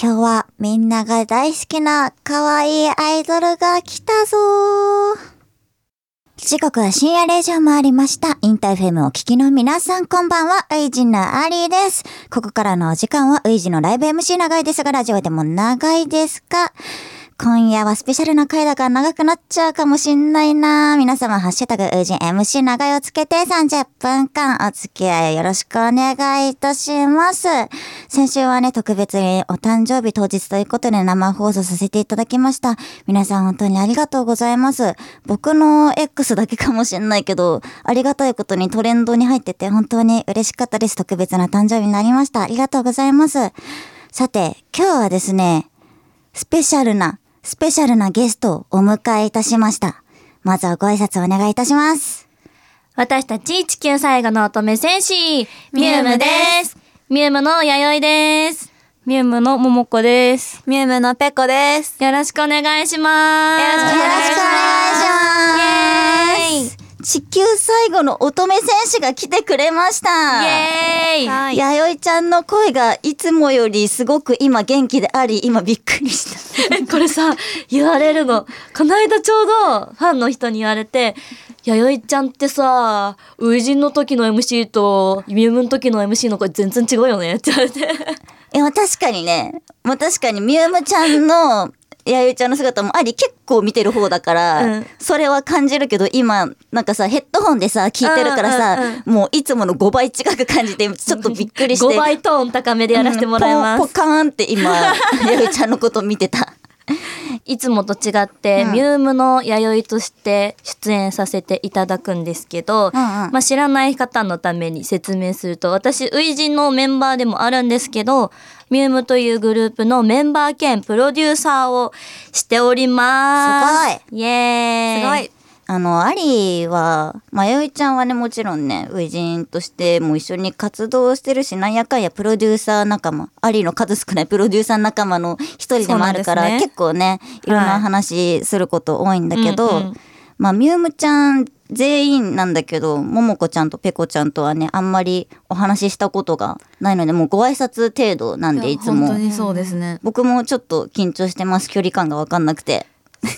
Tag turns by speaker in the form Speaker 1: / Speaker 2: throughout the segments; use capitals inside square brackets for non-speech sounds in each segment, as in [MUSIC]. Speaker 1: 今日はみんなが大好きな可愛いアイドルが来たぞ時刻は深夜0時を回りました。インターフェムをお聞きの皆さん、こんばんは。ウイジンのアリーです。ここからのお時間は、ウイジのライブ MC 長いですが、ラジオでも長いですか今夜はスペシャルな回だから長くなっちゃうかもしんないな皆様、ハッシュタグ、ウジン MC 長いをつけて30分間お付き合いよろしくお願いいたします。先週はね、特別にお誕生日当日ということで生放送させていただきました。皆さん本当にありがとうございます。僕の X だけかもしんないけど、ありがたいことにトレンドに入ってて本当に嬉しかったです。特別な誕生日になりました。ありがとうございます。さて、今日はですね、スペシャルなスペシャルなゲストをお迎えいたしました。まずはご挨拶お願いいたします。
Speaker 2: 私たち地球最後の乙女戦士、ミュームです。ミュームの弥生です。ミュームのももこです。
Speaker 3: ミュームのペコです。
Speaker 2: よろしくお願いします。
Speaker 1: よろしくお願いします。地球最後の乙女戦士が来てくれました。、
Speaker 2: イエーイ、はい。
Speaker 1: 弥生ちゃんの声がいつもよりすごく今元気であり、今びっくりした
Speaker 2: え、 [LAUGHS] これさ、言われるの。こないだちょうどファンの人に言われて、弥生ちゃんってさ、ウイジンの時の MC と、ミュームの時の MC の声全然違うよねって言われて。
Speaker 1: え、確かにね。もう確かにミュームちゃんの、弥生ちゃんの姿もあり結構見てる方だから、うん、それは感じるけど今なんかさヘッドホンでさ聞いてるからさ、うんうんうん、もういつもの5倍近く感じてちょっとびっくり
Speaker 2: [LAUGHS]
Speaker 1: して
Speaker 2: 5倍トーン高めでやらせてもらいます、
Speaker 1: うん、ポカーンって
Speaker 2: [LAUGHS]
Speaker 1: 今弥生ちゃんのこと見てた。
Speaker 2: いつもと違って、うん、ミュームの弥生として出演させていただくんですけど、うんうん、まあ、知らない方のために説明すると私初陣のメンバーでもあるんですけどミュームというグループのメンバー兼プロデューサーをしておりますすごいイエ
Speaker 1: ーイすごいあの、アリーは、まよいちゃんはね、もちろんね、初陣としても一緒に活動してるし、なんやかんやプロデューサー仲間、アリーの数少ないプロデューサー仲間の一人でもあるから、ね、結構ね、いろんな話すること多いんだけど、はいうんうん、まあ、ミュームちゃん全員なんだけど、ももこちゃんとペコちゃんとはね、あんまりお話ししたことがないので、もうご挨拶程度なんで、いつも。
Speaker 3: 本当にそうですね。
Speaker 1: 僕もちょっと緊張してます。距離感がわかんなくて。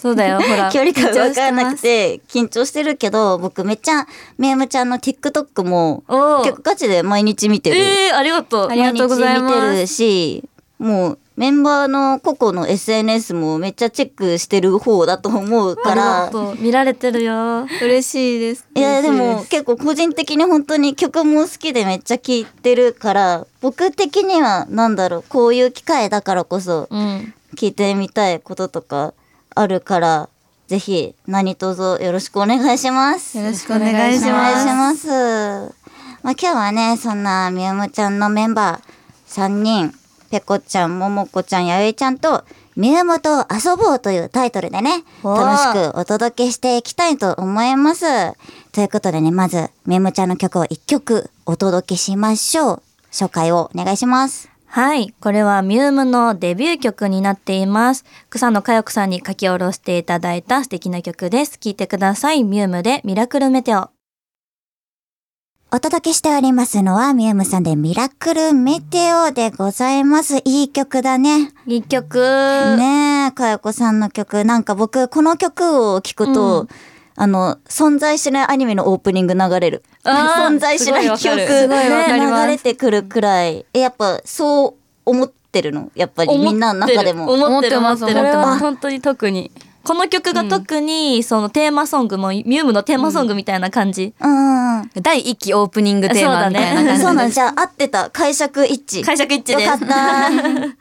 Speaker 2: そうだよ、ほ
Speaker 1: [LAUGHS]
Speaker 2: ら。
Speaker 1: 距離感分からなくて、緊張してるけど、僕めっちゃ、めやむちゃんの TikTok も、結構ガチで毎日見てる。
Speaker 2: ええー、ありがとう。
Speaker 1: ありがとうございます。毎日見てるし、もう、メンバーの個々の SNS もめっちゃチェックしてる方だと思うから。
Speaker 2: 見られてるよ。
Speaker 3: 嬉しいです。
Speaker 1: いや、でも結構個人的に本当に曲も好きでめっちゃ聴いてるから、僕的には何だろう、こういう機会だからこそ、聴いてみたいこととか、あるから、ぜひ何卒よろしくお願いします。
Speaker 3: よろしくお願いします。
Speaker 1: まあ今日はね、そんなみゆむちゃんのメンバー3人、ぺこちゃん、ももこちゃん、やよいちゃんと、みゆむと遊ぼうというタイトルでね、楽しくお届けしていきたいと思います。ということでね、まず、みゆむちゃんの曲を1曲お届けしましょう。紹介をお願いします。
Speaker 2: はい。これはミュームのデビュー曲になっています。草野佳代子さんに書き下ろしていただいた素敵な曲です。聴いてください。ミュームでミラクルメテオ。
Speaker 1: お届けしておりますのは、ミュームさんでミラクルメテオでございます。いい曲だね。
Speaker 2: いい曲。
Speaker 1: ねえ、かよこさんの曲。なんか僕、この曲を聴くと、うんあの、存在しないアニメのオープニング流れる。存在しない曲、ね、流れてくるくらい。え、やっぱ、そう思ってるのやっぱりみんなの中でも。
Speaker 2: 思ってる、思ってる。これは本当に特に。この曲が特に、そのテーマソングも、ミュームのテーマソングみたいな感じ。
Speaker 1: [LAUGHS] うん。うん、
Speaker 3: 第1期オープニングテーマみたいな感じ。
Speaker 1: そうだね。じゃあ、合ってた。解釈一致。
Speaker 2: 解釈一致
Speaker 1: でよかった。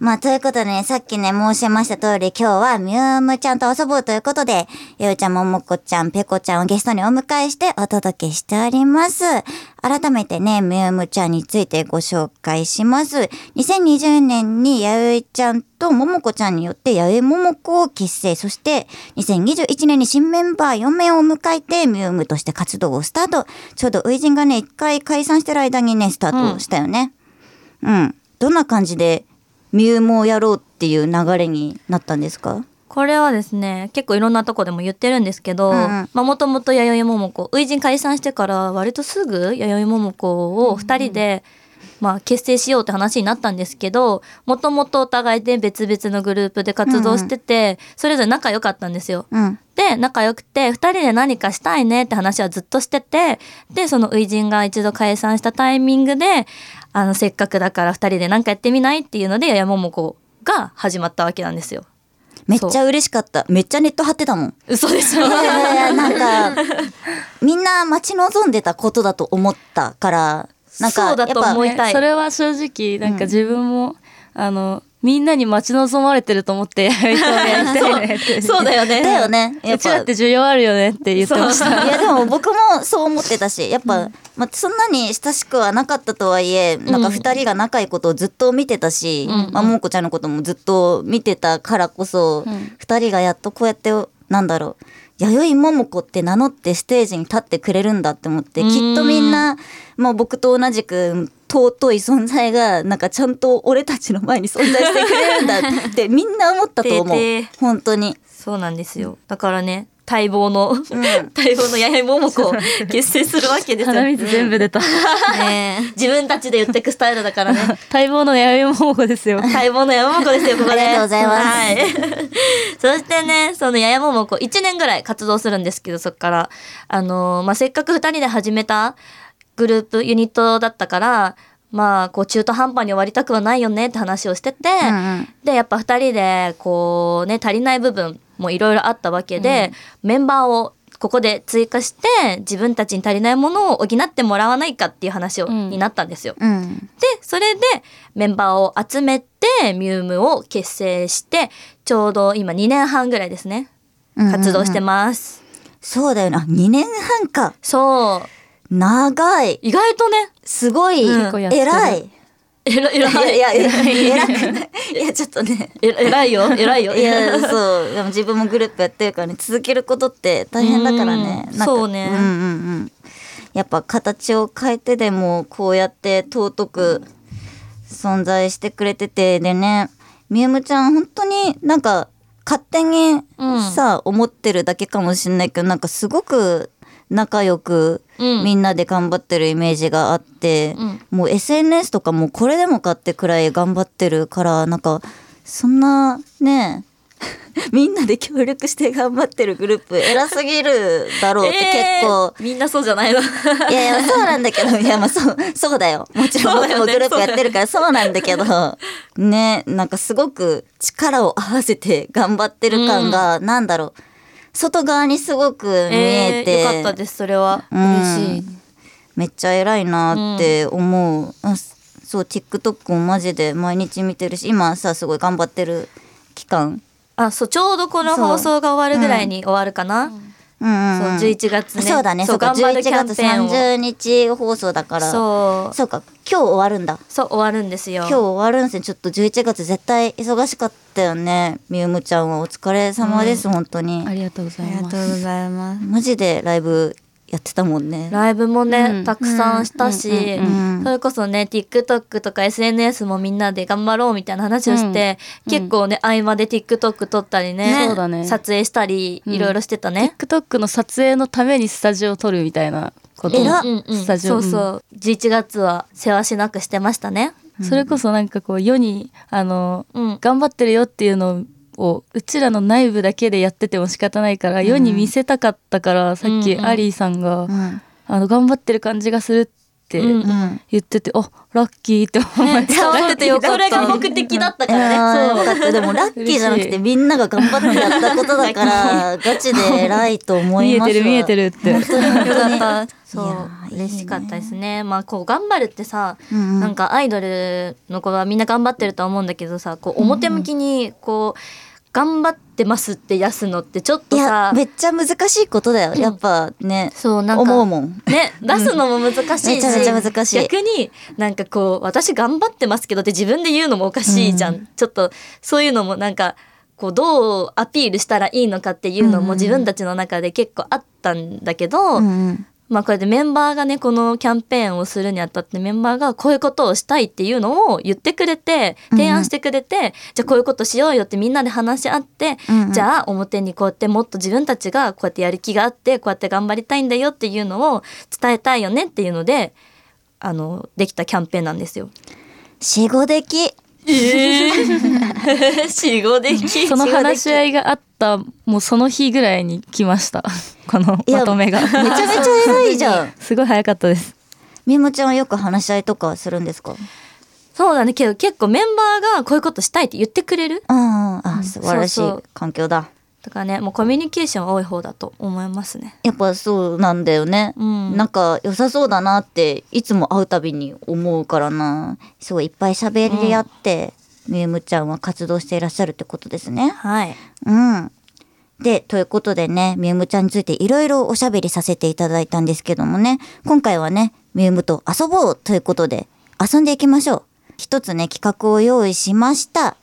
Speaker 1: まあ、ということで、ね、さっきね、申しました通り、今日はミュームちゃんと遊ぼうということで、ゆうちゃん、ももこちゃん、ぺこちゃんをゲストにお迎えしてお届けしております。改めてね、ミュームちゃんについてご紹介します。2020年にやゆいちゃんとももこちゃんによってやゆいももこを結成、そして2021年に新メンバー4名を迎えてミュームとして活動をスタート。ちょうどウイジンがね、一回解散してる間にね、スタートしたよね。うん、うん、どんな感じでミュームをやろうっていう流れになったんですか
Speaker 2: これはですね結構いろんなとこでも言ってるんですけど、うん、まあ、もともと弥生桃子初陣解散してから割とすぐ弥生桃子を2人で
Speaker 3: まあ、結成しようって話になったんですけどもともとお互いで別々のグループで活動してて、それぞれ仲良かったんですよ。
Speaker 1: うん。
Speaker 3: で仲良くて2人で何かしたいねって話はずっとしててでその初陣が一度解散したタイミングであのせっかくだから2人で何かやってみないっていうのでややももこが始まったわけなんですよ。
Speaker 1: めっちゃ嬉しかった。めっちゃネット張ってたもん。
Speaker 3: 嘘
Speaker 2: [LAUGHS]
Speaker 3: でし
Speaker 1: [LAUGHS]
Speaker 3: ょ
Speaker 1: いやいやいや [LAUGHS] なんか、みんな待ち望んでたことだと思ったから、なんか、
Speaker 3: そうだと
Speaker 1: やっぱ
Speaker 3: 思いたい
Speaker 2: それは正直なんか自分も、あのみんなに待ち望まれてると思
Speaker 3: [LAUGHS]
Speaker 2: ってやりたいやりたいねって
Speaker 3: そうだよね。
Speaker 1: だよね。や
Speaker 2: う
Speaker 1: っ
Speaker 2: ちだ
Speaker 1: ぱ
Speaker 2: って。需要あるよねって言ってまし
Speaker 1: い
Speaker 2: た
Speaker 1: やでも僕もそう思ってたしやっぱ、まあ、そんなに親しくはなかったとはいえなんか2人が仲いいことをずっと見てたし、まあ、もうこちゃんのこともずっと見てたからこそ、2人がやっとこうやってなんだろう弥生桃子って名乗ってステージに立ってくれるんだって思ってきっとみんな、まあ、僕と同じく尊い存在がなんかちゃんと俺たちの前に存在してくれるんだってみんな思ったと思 [LAUGHS] う
Speaker 3: てーて
Speaker 1: 本当に。
Speaker 3: そうなんですよ。だからね、待望の、待望の八重桃子を結成するわけですよ
Speaker 2: 鼻。水全部出た
Speaker 3: ね [LAUGHS] 自分たちで言ってくスタイルだから [LAUGHS] ね。
Speaker 2: 待望の弥生桃子ですよ
Speaker 3: 待望の八重桃子ですよ、ここで。
Speaker 1: ありがとうございます
Speaker 3: はい。そしてね、その八重桃子、1年ぐらい活動するんですけど、そっから。あのーまあ、せっかく2人で始めたグループ、ユニットだったから、まあ、こう中途半端に終わりたくはないよねって話をしてて、
Speaker 1: うんうん
Speaker 3: でやっぱ2人でこうね足りない部分もいろいろあったわけで、メンバーをここで追加して自分たちに足りないものを補ってもらわないかっていう話を、
Speaker 2: ん
Speaker 3: になったんですよ。
Speaker 1: うん
Speaker 3: でそれでメンバーを集めてミュームを結成してちょうど今2年半ぐらいですね
Speaker 1: うんうんうん
Speaker 3: 活動してます。
Speaker 1: そうだよな、ね。2年半か。
Speaker 3: そう
Speaker 1: 長い。
Speaker 3: 意外とね
Speaker 1: すごい。
Speaker 2: うん結構やってる
Speaker 1: 偉い。
Speaker 3: えら
Speaker 1: [LAUGHS]
Speaker 3: え
Speaker 1: い
Speaker 3: ら
Speaker 1: や
Speaker 3: い
Speaker 1: いや、え
Speaker 3: [LAUGHS]
Speaker 1: 偉くない。いや、ちょっとね。
Speaker 3: えらえらいよ [LAUGHS] えらいよ
Speaker 1: いや、そう。でも自分もグループやってるからね、続けることって大変だからね。
Speaker 3: うん
Speaker 1: なんか
Speaker 3: そうね
Speaker 1: うんうんうん。やっぱ形を変えてでも、こうやって尊く存在してくれてて、でね、みゆむちゃん、本当になんか、勝手に
Speaker 3: うん
Speaker 1: さ、思ってるだけかもしれないけど、なんかすごく仲良く、
Speaker 3: うん
Speaker 1: みんなで頑張ってるイメージがあって、
Speaker 3: うん、
Speaker 1: もう SNS とかもうこれでもかってくらい頑張ってるからなんかそんなね [LAUGHS] みんなで協力して頑張ってるグループ偉すぎるだろうって結構
Speaker 3: えーみんなそうじゃないの
Speaker 1: いやいやそうなんだけどいやまあそうそうだよもちろん
Speaker 3: そう
Speaker 1: 僕
Speaker 3: だよ
Speaker 1: も
Speaker 3: ね
Speaker 1: グループやってるからそうなんだけどねなんかすごく力を合わせて頑張ってる感が、なんだろう外側にすごく見えて、
Speaker 3: えーよかったですそれは。
Speaker 1: うん
Speaker 4: 嬉しい
Speaker 1: めっちゃ偉いなって思う、あそう TikTok をマジで毎日見てるし今さすごい頑張ってる期間
Speaker 3: あそうちょうどこの
Speaker 1: そう
Speaker 3: 放送が終わるぐらいに終わるかな、
Speaker 1: うんうん
Speaker 3: そう11月ね
Speaker 1: そうだね
Speaker 3: そ
Speaker 1: そううか
Speaker 3: 頑張るキャン
Speaker 1: 11
Speaker 3: ペ
Speaker 1: 月
Speaker 3: ーンを
Speaker 1: 30日放送だから
Speaker 3: そう
Speaker 1: そうか今日終わるんだ
Speaker 3: そう終わるんですよ
Speaker 1: 今日終わるんですねちょっと11月絶対忙しかったよねみゆむちゃんはお疲れ様です、本当に
Speaker 2: りがとうござ
Speaker 4: ありがとうございます
Speaker 1: マジでライブやってたもんね
Speaker 3: ライブもね、
Speaker 2: うん
Speaker 3: たくさんしたし、
Speaker 1: うんうんうん
Speaker 3: それこそね TikTok とか SNS もみんなで頑張ろうみたいな話をして、結構ね合間で TikTok 撮ったりね
Speaker 2: そうだね
Speaker 3: 撮影したりいろいろしてたね、
Speaker 2: TikTok の撮影のためにスタジオを撮るみたいなこと
Speaker 1: 偉っ
Speaker 3: うんうん
Speaker 2: スタジオ
Speaker 3: そうそう11月はせわしなくしてましたね
Speaker 2: それこそなんかこう世にあの、
Speaker 3: うん
Speaker 2: 頑張ってるよっていうのをうちらの内部だけでやってても仕方ないから世に見せたかったから、さっき
Speaker 3: うんうん
Speaker 2: アリーさんが、
Speaker 1: うん
Speaker 2: あの頑張ってる感じがするって
Speaker 3: うんうん
Speaker 2: 言ってて、あラッキーって思いました、
Speaker 3: 触っててよかった [LAUGHS] それが目的だったからね、
Speaker 1: あー
Speaker 3: そう
Speaker 1: よかったでもラッキーじゃなく
Speaker 2: 嬉して
Speaker 1: みんなが頑張ってやったことだから [LAUGHS] ガチで偉いと思
Speaker 2: 見
Speaker 1: い
Speaker 2: え
Speaker 1: ます
Speaker 2: てる見えて
Speaker 1: る
Speaker 2: るって
Speaker 1: 本当に
Speaker 3: よかった。そ
Speaker 1: いうやーいいね
Speaker 3: 嬉しかったですね。まあこう頑張るってさ、
Speaker 1: うんうん
Speaker 3: なんかアイドルの子はみんな頑張ってると思うんだけどさ、こう表向きにこう頑張ってますって出すのってちょっと
Speaker 1: いや
Speaker 3: さ、
Speaker 1: めっちゃ難しいことだよやっぱね
Speaker 3: そうなんか
Speaker 1: 思うもん
Speaker 3: ね、出すのも難しいし、
Speaker 1: めちゃめちゃ難しい
Speaker 3: 逆になんかこう私頑張ってますけどって自分で言うのもおかしいじゃん。ちょっとそういうのもなんかこうどうアピールしたらいいのかっていうのも自分たちの中で結構あったんだけど、
Speaker 1: うん
Speaker 3: まあこうやってメンバーがねこのキャンペーンをするにあたってメンバーがこういうことをしたいっていうのを言ってくれて提案してくれて、じゃあこういうことしようよってみんなで話し合って、
Speaker 1: うんうん
Speaker 3: じゃあ表にこうやってもっと自分たちがこうやってやる気があってこうやって頑張りたいんだよっていうのを伝えたいよねっていうのであのできたキャンペーンなんですよ。
Speaker 1: 死後的。
Speaker 3: 死後で [LAUGHS] き
Speaker 2: その話し合いがあったもうその日ぐらいに来ましたこの
Speaker 1: いや
Speaker 2: まとめが
Speaker 1: めちゃめちゃ偉いじゃん。
Speaker 2: [LAUGHS] すごい早かったです
Speaker 1: みもちゃんはよく話し合いとかするんですか
Speaker 3: そうだねけど結構メンバーがこういうことしたいって言ってくれる
Speaker 1: ああ、素晴らし
Speaker 3: そうそ
Speaker 1: いう環境だ。
Speaker 3: とかねもうコミュニケーション多い方だと思いますね。
Speaker 1: やっぱそうなんだよね。
Speaker 3: うん
Speaker 1: なんか良さそうだなって、いつも会うたびに思うからな。すごいいっぱい喋り合って、みゆむちゃんは活動していらっしゃるってことですね。
Speaker 3: はい、
Speaker 1: うん。で、ということでね、みゆむちゃんについていろいろおしゃべりさせていただいたんですけどもね、今回はね、みゆむと遊ぼうということで、遊んでいきましょう。一つね、企画を用意しました。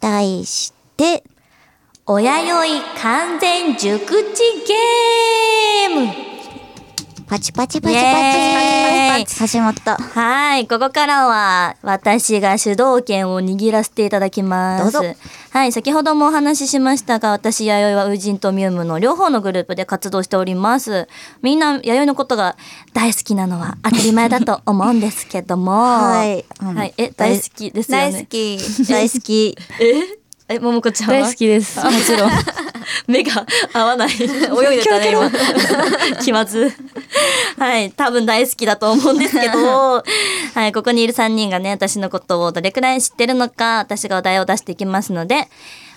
Speaker 1: 題して、
Speaker 3: 親よい完全熟知ゲーム
Speaker 1: パチパチパチパチ
Speaker 3: イエーイ
Speaker 1: 始まった。
Speaker 3: はい、ここからは私が主導権を握らせていただきます。
Speaker 1: どうぞ
Speaker 3: はい、先ほどもお話ししましたが、私、弥生はウジンとミュームの両方のグループで活動しております。みんな、弥生のことが大好きなのは当たり前だと思うんですけども。
Speaker 1: はいうん
Speaker 3: [LAUGHS] はい、え、大好きですよね。
Speaker 4: 大好。き。
Speaker 1: 大好き。
Speaker 3: え、ももこちゃんは
Speaker 2: 大好きですもちろ
Speaker 3: [LAUGHS]
Speaker 2: ん
Speaker 3: 目が合わ [LAUGHS] ない。泳いでたね、今。 [LAUGHS] 気まず。はい、多分大好きだと思うんですけ [LAUGHS] ど、はい、ここにいる3人がね、私のことをどれくらい知ってるのか、私がお題を出していきますので、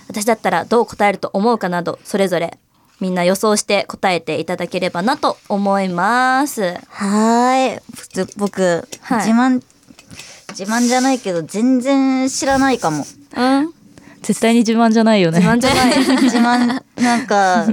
Speaker 3: 私だったらどう答えると思うかなど、それぞれみんな予想して答えていただければなと思います。
Speaker 1: はーい。普通、僕、
Speaker 3: はい
Speaker 1: 自慢、自慢じゃないけど、全然知らないかも。
Speaker 3: うん
Speaker 2: 絶対に自慢じゃないよね
Speaker 3: 自慢じゃない。
Speaker 1: 自慢、なんか、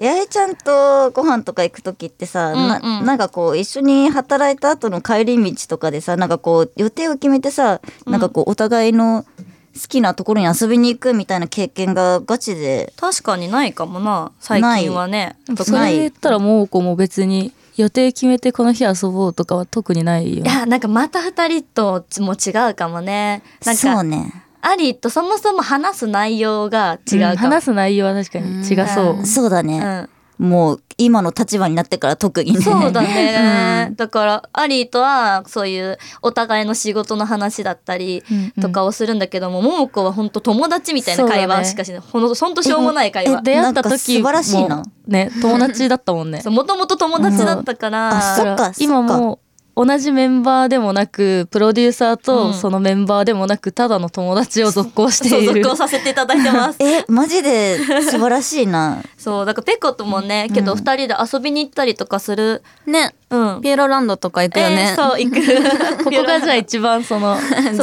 Speaker 1: 八重ちゃんとご飯とか行く時ってさ、
Speaker 3: うんう
Speaker 1: なんなんかこう一緒に働いた後の帰り道とかでさなんかこう予定を決めてさ、なんかこうお互いの好きなところに遊びに行くみたいな経験がガチで
Speaker 3: [LAUGHS] 確かにないかもな、最近はね。
Speaker 2: でも
Speaker 1: 特
Speaker 2: そ
Speaker 1: に
Speaker 2: れで言ったらもう子も別に予定決めてこの日遊ぼうとかは特にないよ
Speaker 3: い
Speaker 2: ね
Speaker 3: や、なんかまた二人とも違うかもね。なん
Speaker 1: そ
Speaker 3: か
Speaker 1: う、ね
Speaker 3: アリーとそもそも話す内容が違うかも。
Speaker 2: ん話す内容は確かに違そう
Speaker 1: そうだね、
Speaker 3: うん
Speaker 1: もう今の立場になってから特にね
Speaker 3: そうだね、だからアリーとはそういうお互いの仕事の話だったり
Speaker 2: うんうん
Speaker 3: とかをするんだけども、ももこは本当友達みたいな会話しかしない、ほんとほんとしょうもない会話
Speaker 1: え
Speaker 2: 出会った
Speaker 1: なんか素
Speaker 2: 時
Speaker 1: 晴らしいな
Speaker 2: もね友達だったもんね
Speaker 3: [LAUGHS] そうもともと友達だったから、
Speaker 1: うんあそっか
Speaker 2: だら今もう同じメンバーでもなくプロデューサー
Speaker 3: うん
Speaker 2: とそのメンバーでもなくただの友達を続行してい
Speaker 3: そう
Speaker 2: る
Speaker 3: [LAUGHS] 続行させていただいてます
Speaker 1: えマジで素晴らしいな
Speaker 3: そうだからペコともねけど2人で遊びに行ったりとかする
Speaker 4: ね、
Speaker 3: うん
Speaker 4: ピエロランドとか行くよ
Speaker 3: え
Speaker 4: ね
Speaker 3: ー。そう行
Speaker 2: [LAUGHS]
Speaker 3: く [LAUGHS]
Speaker 2: ここがじゃあ一番その
Speaker 3: は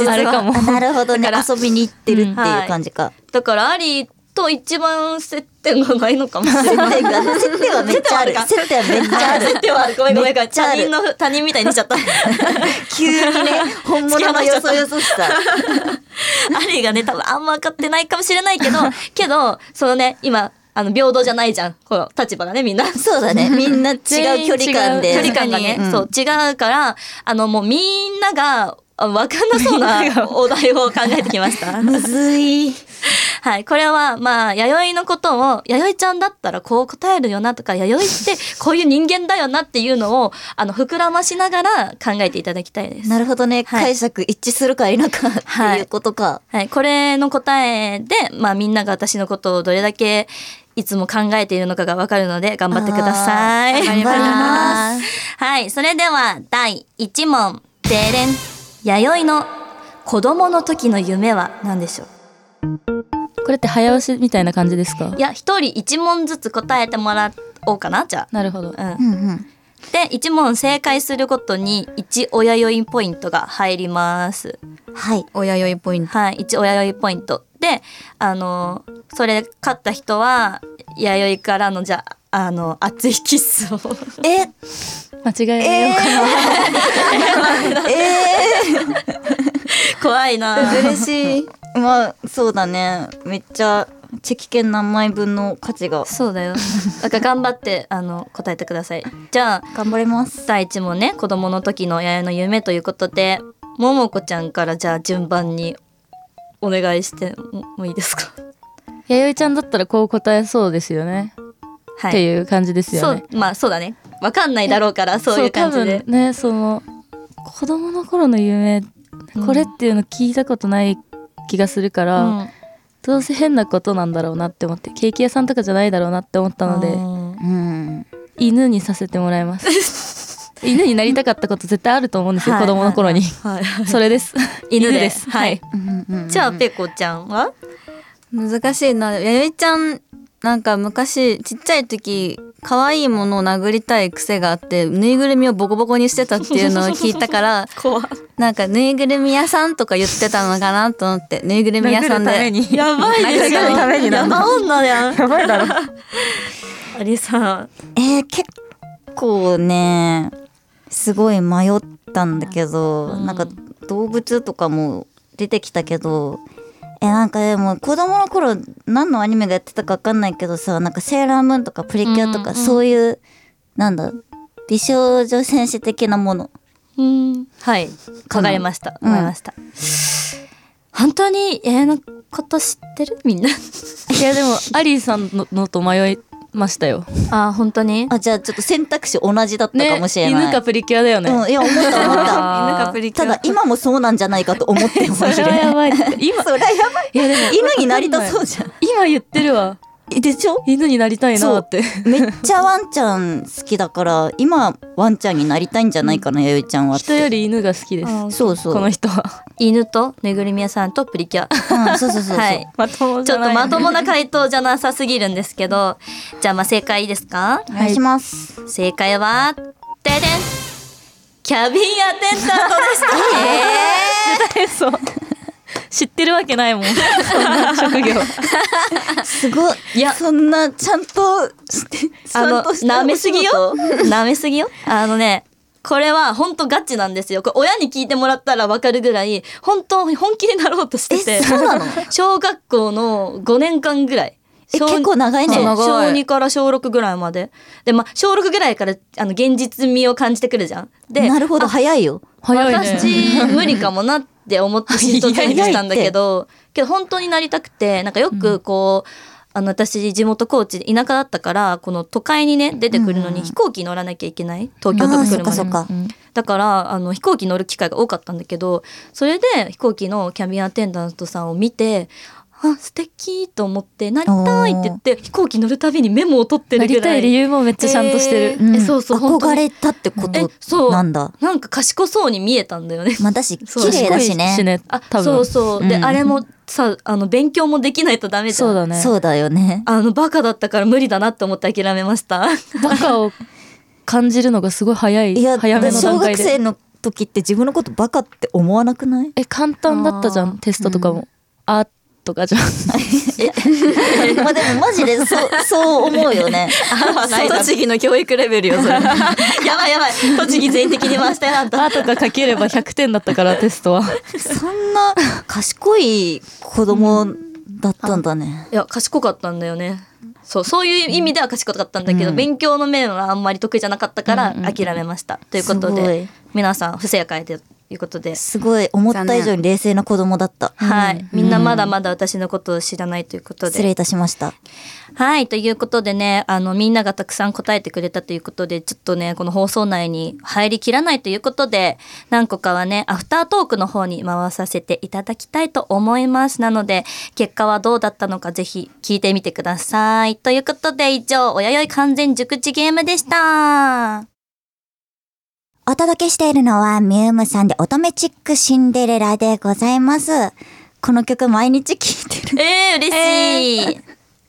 Speaker 2: あれかも
Speaker 1: あなるほどね
Speaker 3: だから
Speaker 1: 遊びに行ってるっていう感じか、
Speaker 3: だからアリーと一番接点がないのかもしれない
Speaker 1: 接点
Speaker 3: [LAUGHS]
Speaker 1: が接点はめっちゃある接点はめっちゃある
Speaker 3: ではごめんごめんごめん
Speaker 1: ちゃあ
Speaker 3: 他
Speaker 1: る
Speaker 3: 人の他人みたいにしち [LAUGHS] ゃった
Speaker 1: 急にね [LAUGHS] 本物のよそよそしさ
Speaker 3: アリーがね多分あんま分かってないかもしれない [LAUGHS] けどけどそのね今あの平等じゃないじゃんこの立場がねみんな
Speaker 1: [LAUGHS] そうだねみんな違う距離感で
Speaker 3: 距離感がね、
Speaker 1: うん
Speaker 3: そう違うからあのもうみんながあ分かんなそうなお題を考えてきました。
Speaker 1: むずい
Speaker 3: [LAUGHS] はい。これは、まあ、弥生のことを、弥生ちゃんだったらこう答えるよなとか、弥生ってこういう人間だよなっていうのを、あの、膨らましながら考えていただきたいです。
Speaker 1: なるほどね、
Speaker 3: はい
Speaker 1: 解釈一致するか否かっていうことか、
Speaker 3: はい、これの答えで、まあ、みんなが私のことをどれだけいつも考えているのかがわかるので頑張ってください。。
Speaker 1: あー頑張ります
Speaker 3: はい、それでは第1問。でれん。弥生の子供の時の夢は何でしょう
Speaker 2: これって早押しみたいな感じですか
Speaker 3: いや、一人一問ずつ答えてもらおうかな、じゃあ。
Speaker 2: なるほど
Speaker 3: うん
Speaker 1: う。んうん
Speaker 3: で、1問正解するごとに1親よいポイントが入ります。
Speaker 1: はい
Speaker 4: 親酔いポイント。
Speaker 3: はい、一親弥生ポイントで、あのそれ勝った人は弥生からのじゃああの熱いキスを
Speaker 1: え
Speaker 2: 間違
Speaker 1: え
Speaker 2: えようかな、
Speaker 1: ー、 [LAUGHS] え
Speaker 3: 怖いな。
Speaker 1: ー、嬉しいまあそうだねめっちゃチェキ券何枚分の価値が
Speaker 3: そうだよ。だから頑張ってあの答えてください。じゃあ
Speaker 1: 頑張ります
Speaker 3: 第一問ね子供の時の弥生の夢ということで、ももこちゃんからじゃあ順番にお願いしてももういいですか。
Speaker 2: 弥生ちゃんだったらこう答えそうですよね、
Speaker 3: はい。
Speaker 2: っていう感じですよね
Speaker 3: そうまあそうだね。わかんないだろうからそういう感じ
Speaker 2: 多
Speaker 3: で
Speaker 2: 分。ねその子供の頃の夢、
Speaker 3: うん
Speaker 2: これっていうの聞いたことない気がするから、
Speaker 3: うん
Speaker 2: どうせ変なことなんだろうなって思ってケーキ屋さんとかじゃないだろうなって思ったので
Speaker 3: うん
Speaker 1: うん。
Speaker 2: 犬にさせてもらいます犬になりたかったこと絶対あると思うんですよ、
Speaker 3: はい
Speaker 2: 子供の頃に、
Speaker 3: はい
Speaker 2: それです
Speaker 3: 犬で
Speaker 2: です
Speaker 3: はい
Speaker 1: うんうんうん
Speaker 3: じゃあペコちゃんは
Speaker 4: 難しいな。やよいちゃん、なんか昔、ちっちゃい時、可愛いものを殴りたい癖があって、ぬいぐるみをボコボコにしてたっていうのを聞いた [LAUGHS] から、
Speaker 3: 怖
Speaker 4: なんかぬいぐるみ屋さんとか言ってたのかなと思って、ぬいぐるみ屋さんで。
Speaker 2: に
Speaker 3: やばいですよ
Speaker 4: 殴るためにな [LAUGHS]
Speaker 3: やば女だよ
Speaker 2: やばいだろ
Speaker 3: あれさ
Speaker 1: えー結構ねすごい迷ったんだけど、
Speaker 3: うん
Speaker 1: なんか動物とかも出てきたけどえなんかでも子供の頃何のアニメがやってたか分かんないけどさなんかセーラームーンとかプリキュアと
Speaker 3: う
Speaker 1: か
Speaker 3: んうん
Speaker 1: そういう、なんだ美少女戦士的なもの
Speaker 3: うんはい
Speaker 1: か
Speaker 3: か
Speaker 1: な
Speaker 3: がれました
Speaker 1: うん
Speaker 3: 思いました本当に家のこと知ってるみんな
Speaker 2: いやでもアリーさんののと迷いましたよ
Speaker 3: [LAUGHS] あー本当に
Speaker 1: あじゃあちょっと選択肢同じだったかもしれない、
Speaker 2: 犬かプリキュアだよね、
Speaker 1: うんいや思った思った
Speaker 3: あー
Speaker 4: 犬かプリキ
Speaker 1: た
Speaker 4: ュア
Speaker 1: だ今もそうなんじゃないかと思っても
Speaker 2: [LAUGHS] それはやばいって今
Speaker 1: それはやばい
Speaker 2: いやでも
Speaker 1: 犬になりたそうじゃん
Speaker 2: 今言ってるわ
Speaker 1: えでしょ
Speaker 2: 犬になりたいなって
Speaker 1: めっちゃワンちゃん好きだから今ワンちゃんになりたいんじゃないかな弥生ちゃんはって
Speaker 2: [LAUGHS] 人より犬が好きです
Speaker 3: あ
Speaker 1: そうそう
Speaker 2: この人 [LAUGHS] は
Speaker 3: 犬とぬいぐるみ屋さんとプリキュア
Speaker 1: うんそうそうそうそう、
Speaker 3: [LAUGHS] はい
Speaker 2: まとも
Speaker 3: ちょっとまともな回答じゃなさすぎるんですけどじゃあまあ正解いいですか
Speaker 1: お願いします、
Speaker 3: 正解はででんキャビンアテンダントでした、
Speaker 2: そう [LAUGHS] 知ってるわけないもんそんな職業
Speaker 1: すごいいやそんなちゃんとしてち
Speaker 3: あ
Speaker 1: ゃ
Speaker 3: の
Speaker 1: んとした
Speaker 3: 舐めすぎよ [LAUGHS] 舐めすぎよあのねこれは本当ガチなんですよこれ親に聞いてもらったらわかるぐらい本当本気になろうとしてて
Speaker 1: えそうなの
Speaker 3: [LAUGHS] 小学校の5年間ぐらい
Speaker 1: え
Speaker 3: 小
Speaker 1: 結構長いね
Speaker 3: そう
Speaker 4: 長い
Speaker 3: 小2から小6ぐらいまででまあ小6ぐらいからあの現実味を感じてくるじゃんで
Speaker 1: なるほど早いよ
Speaker 2: [LAUGHS] 早いね
Speaker 3: 私無理かもなって思ってシートチェンジしたんだけどけど本当になりたくてなんかよくこう、あの私地元高知で田舎だったからこの都会にね出てくるのに飛行機乗らなきゃいけない東京と
Speaker 1: あ
Speaker 3: か
Speaker 1: ー
Speaker 3: 来
Speaker 1: そっ
Speaker 3: る
Speaker 1: か
Speaker 3: まで
Speaker 1: そっか、
Speaker 3: だからあの飛行機乗る機会が多かったんだけどそれで飛行機のキャビンアテンダントさんを見てあ素敵と思ってなりたいって言って飛行機乗るたびにメモを取って
Speaker 2: な
Speaker 3: るぐら
Speaker 2: りた
Speaker 3: い
Speaker 2: い理由もめっちゃちゃんとしてる、
Speaker 3: えーそうそう本当
Speaker 1: 憧
Speaker 3: に
Speaker 1: れたってこ
Speaker 3: え
Speaker 1: と
Speaker 3: そう
Speaker 1: な
Speaker 3: なんん
Speaker 1: だ
Speaker 3: か賢そうに見えたんだよね
Speaker 1: まあだし
Speaker 3: そう
Speaker 1: 綺麗だしね
Speaker 2: あ
Speaker 3: あ
Speaker 2: 多分
Speaker 3: そうそうで、
Speaker 1: うん
Speaker 3: あれもさあの勉強もできないとダメじゃん
Speaker 2: そうだね
Speaker 1: そうだよね
Speaker 3: あのバカだったから無理だなって思って諦めました
Speaker 2: バカを感じるのがすごい早い
Speaker 1: いや
Speaker 2: 早めの
Speaker 1: 小
Speaker 2: 段
Speaker 1: 学
Speaker 2: 階
Speaker 1: 生
Speaker 2: で
Speaker 1: の時って自分のことバカって思わなく
Speaker 3: [LAUGHS]
Speaker 1: ない
Speaker 2: え簡単だったじゃ
Speaker 3: あ
Speaker 2: んテストとかも、あと [LAUGHS] かじゃん
Speaker 1: まあでもマジでそうそう思うよね
Speaker 4: 栃木の教育レベ
Speaker 1: [LAUGHS]
Speaker 4: ルよ、それ。
Speaker 3: [LAUGHS] やばいやばい栃木全員的に回したよあんた
Speaker 2: あとか書ければ100点だったからテストは
Speaker 1: そんな賢い子供だったんだね。
Speaker 3: いや賢かったんだよねそうそういう意味では賢かったんだけど、勉強の面はあんまり得意じゃなかったから諦めました、ということ
Speaker 1: すご
Speaker 3: で
Speaker 1: い
Speaker 3: 皆さん不正解ということで、
Speaker 1: すごい思った以上に冷静な子供だった。
Speaker 3: はいみんなまだまだ私のことを知らないということで
Speaker 1: 失礼いたしました。
Speaker 3: はい。ということでね、あの、みんながたくさん答えてくれたということで、ちょっとね、この放送内に入りきらないということで、何個かはね、アフタートークの方に回させていただきたいと思います。なので、結果はどうだったのか、ぜひ聞いてみてください。ということで、以上、親よい完全熟知ゲームでした。
Speaker 1: お届けしているのはミュームさんで乙女チックシンデレラでございます。この曲毎日聴いてる。
Speaker 3: えー、嬉し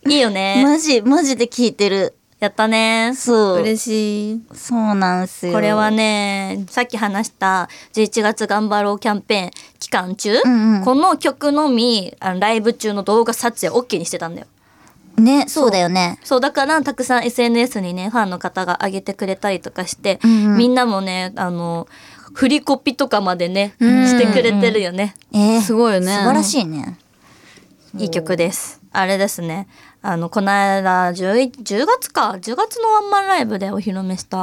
Speaker 3: い。いいよね。
Speaker 1: マジ、マジで聴いてる。
Speaker 3: やったね。
Speaker 1: そう。
Speaker 4: 嬉しい。
Speaker 1: そうなんすよ。
Speaker 3: これは。ねさっき話した11月頑張ろうキャンペーン期間中、
Speaker 1: うんうん
Speaker 3: この曲のみあのライブ中の動画撮影 OK にしてたんだよ
Speaker 1: ね、そうだよね。
Speaker 3: そうだからたくさん SNS にねファンの方が上げてくれたりとかして、
Speaker 1: うんうん
Speaker 3: みんなもねあの振りコピとかまでねしてくれてるよね、
Speaker 1: えー、
Speaker 4: すごいよね
Speaker 1: 素晴らしいね。
Speaker 3: いい曲ですあれですねあのこの間 10, 10月か10月のワンマンライブでお披露目した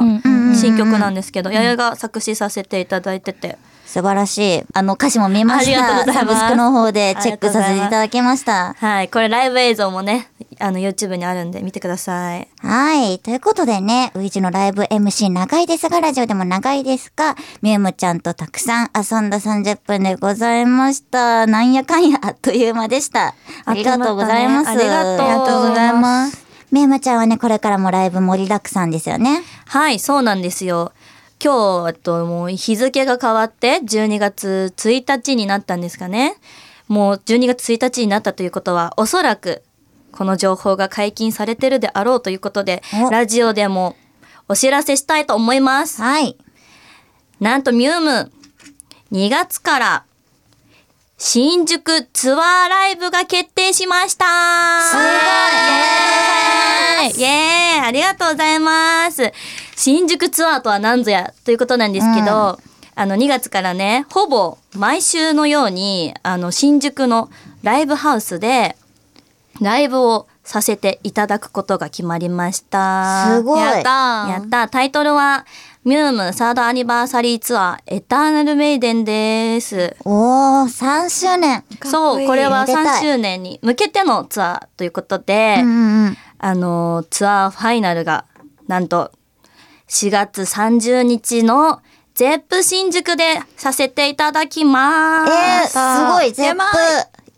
Speaker 3: 新曲なんですけど、ややが作詞させていただいてて。
Speaker 1: 素晴らしい。あの歌詞も見まし
Speaker 3: ありがと
Speaker 1: た。
Speaker 3: うござ
Speaker 1: サ
Speaker 3: い
Speaker 1: ブ
Speaker 3: ます
Speaker 1: スクの方でチェックさせていただきました。
Speaker 3: はい、これライブ映像もね、あの YouTube にあるんで見てください。
Speaker 1: はい。ということでね、ウイジのライブ MC 長いですが、ラジオでも長いですが、ミュームちゃんとたくさん遊んだ30分でございました。なんやかんやあっという間でした。ありがとうございます。
Speaker 3: ありがとう
Speaker 4: ありがとうございます。
Speaker 1: ミュームちゃんはね、これからもライブ盛りだくさんですよね。
Speaker 3: はい、そうなんですよ。今日、えっと、もう日付が変わって、12月1日になったんですかね。もう12月1日になったということは、おそらく、この情報が解禁されてるであろうということで
Speaker 1: お、
Speaker 3: ラジオでもお知らせしたいと思います。
Speaker 1: はい。
Speaker 3: なんとミューム、2月から、新宿ツアーライブが決定しました
Speaker 1: すごい
Speaker 3: はい、イエーイありがとうございます。新宿ツアーとは何ぞやということなんですけど、あの2月からね、ほぼ毎週のように、あの新宿のライブハウスで、ライブをさせていただくことが決まりました。
Speaker 1: すごい
Speaker 4: やったー
Speaker 3: やったタイトルは、ミュームサードアニバーサリーツアーエターナルメイデンです。
Speaker 1: おー、3周年。
Speaker 4: かっこいい
Speaker 3: そう、これは
Speaker 1: めでた
Speaker 3: 3
Speaker 1: い
Speaker 3: 周年に向けてのツアーということで、
Speaker 1: うんうんうん。
Speaker 3: あのーツアーファイナルが、なんと、4月30日のゼップ新宿でさせていただきま
Speaker 1: えー、
Speaker 3: す。
Speaker 1: すごい、全部
Speaker 4: やば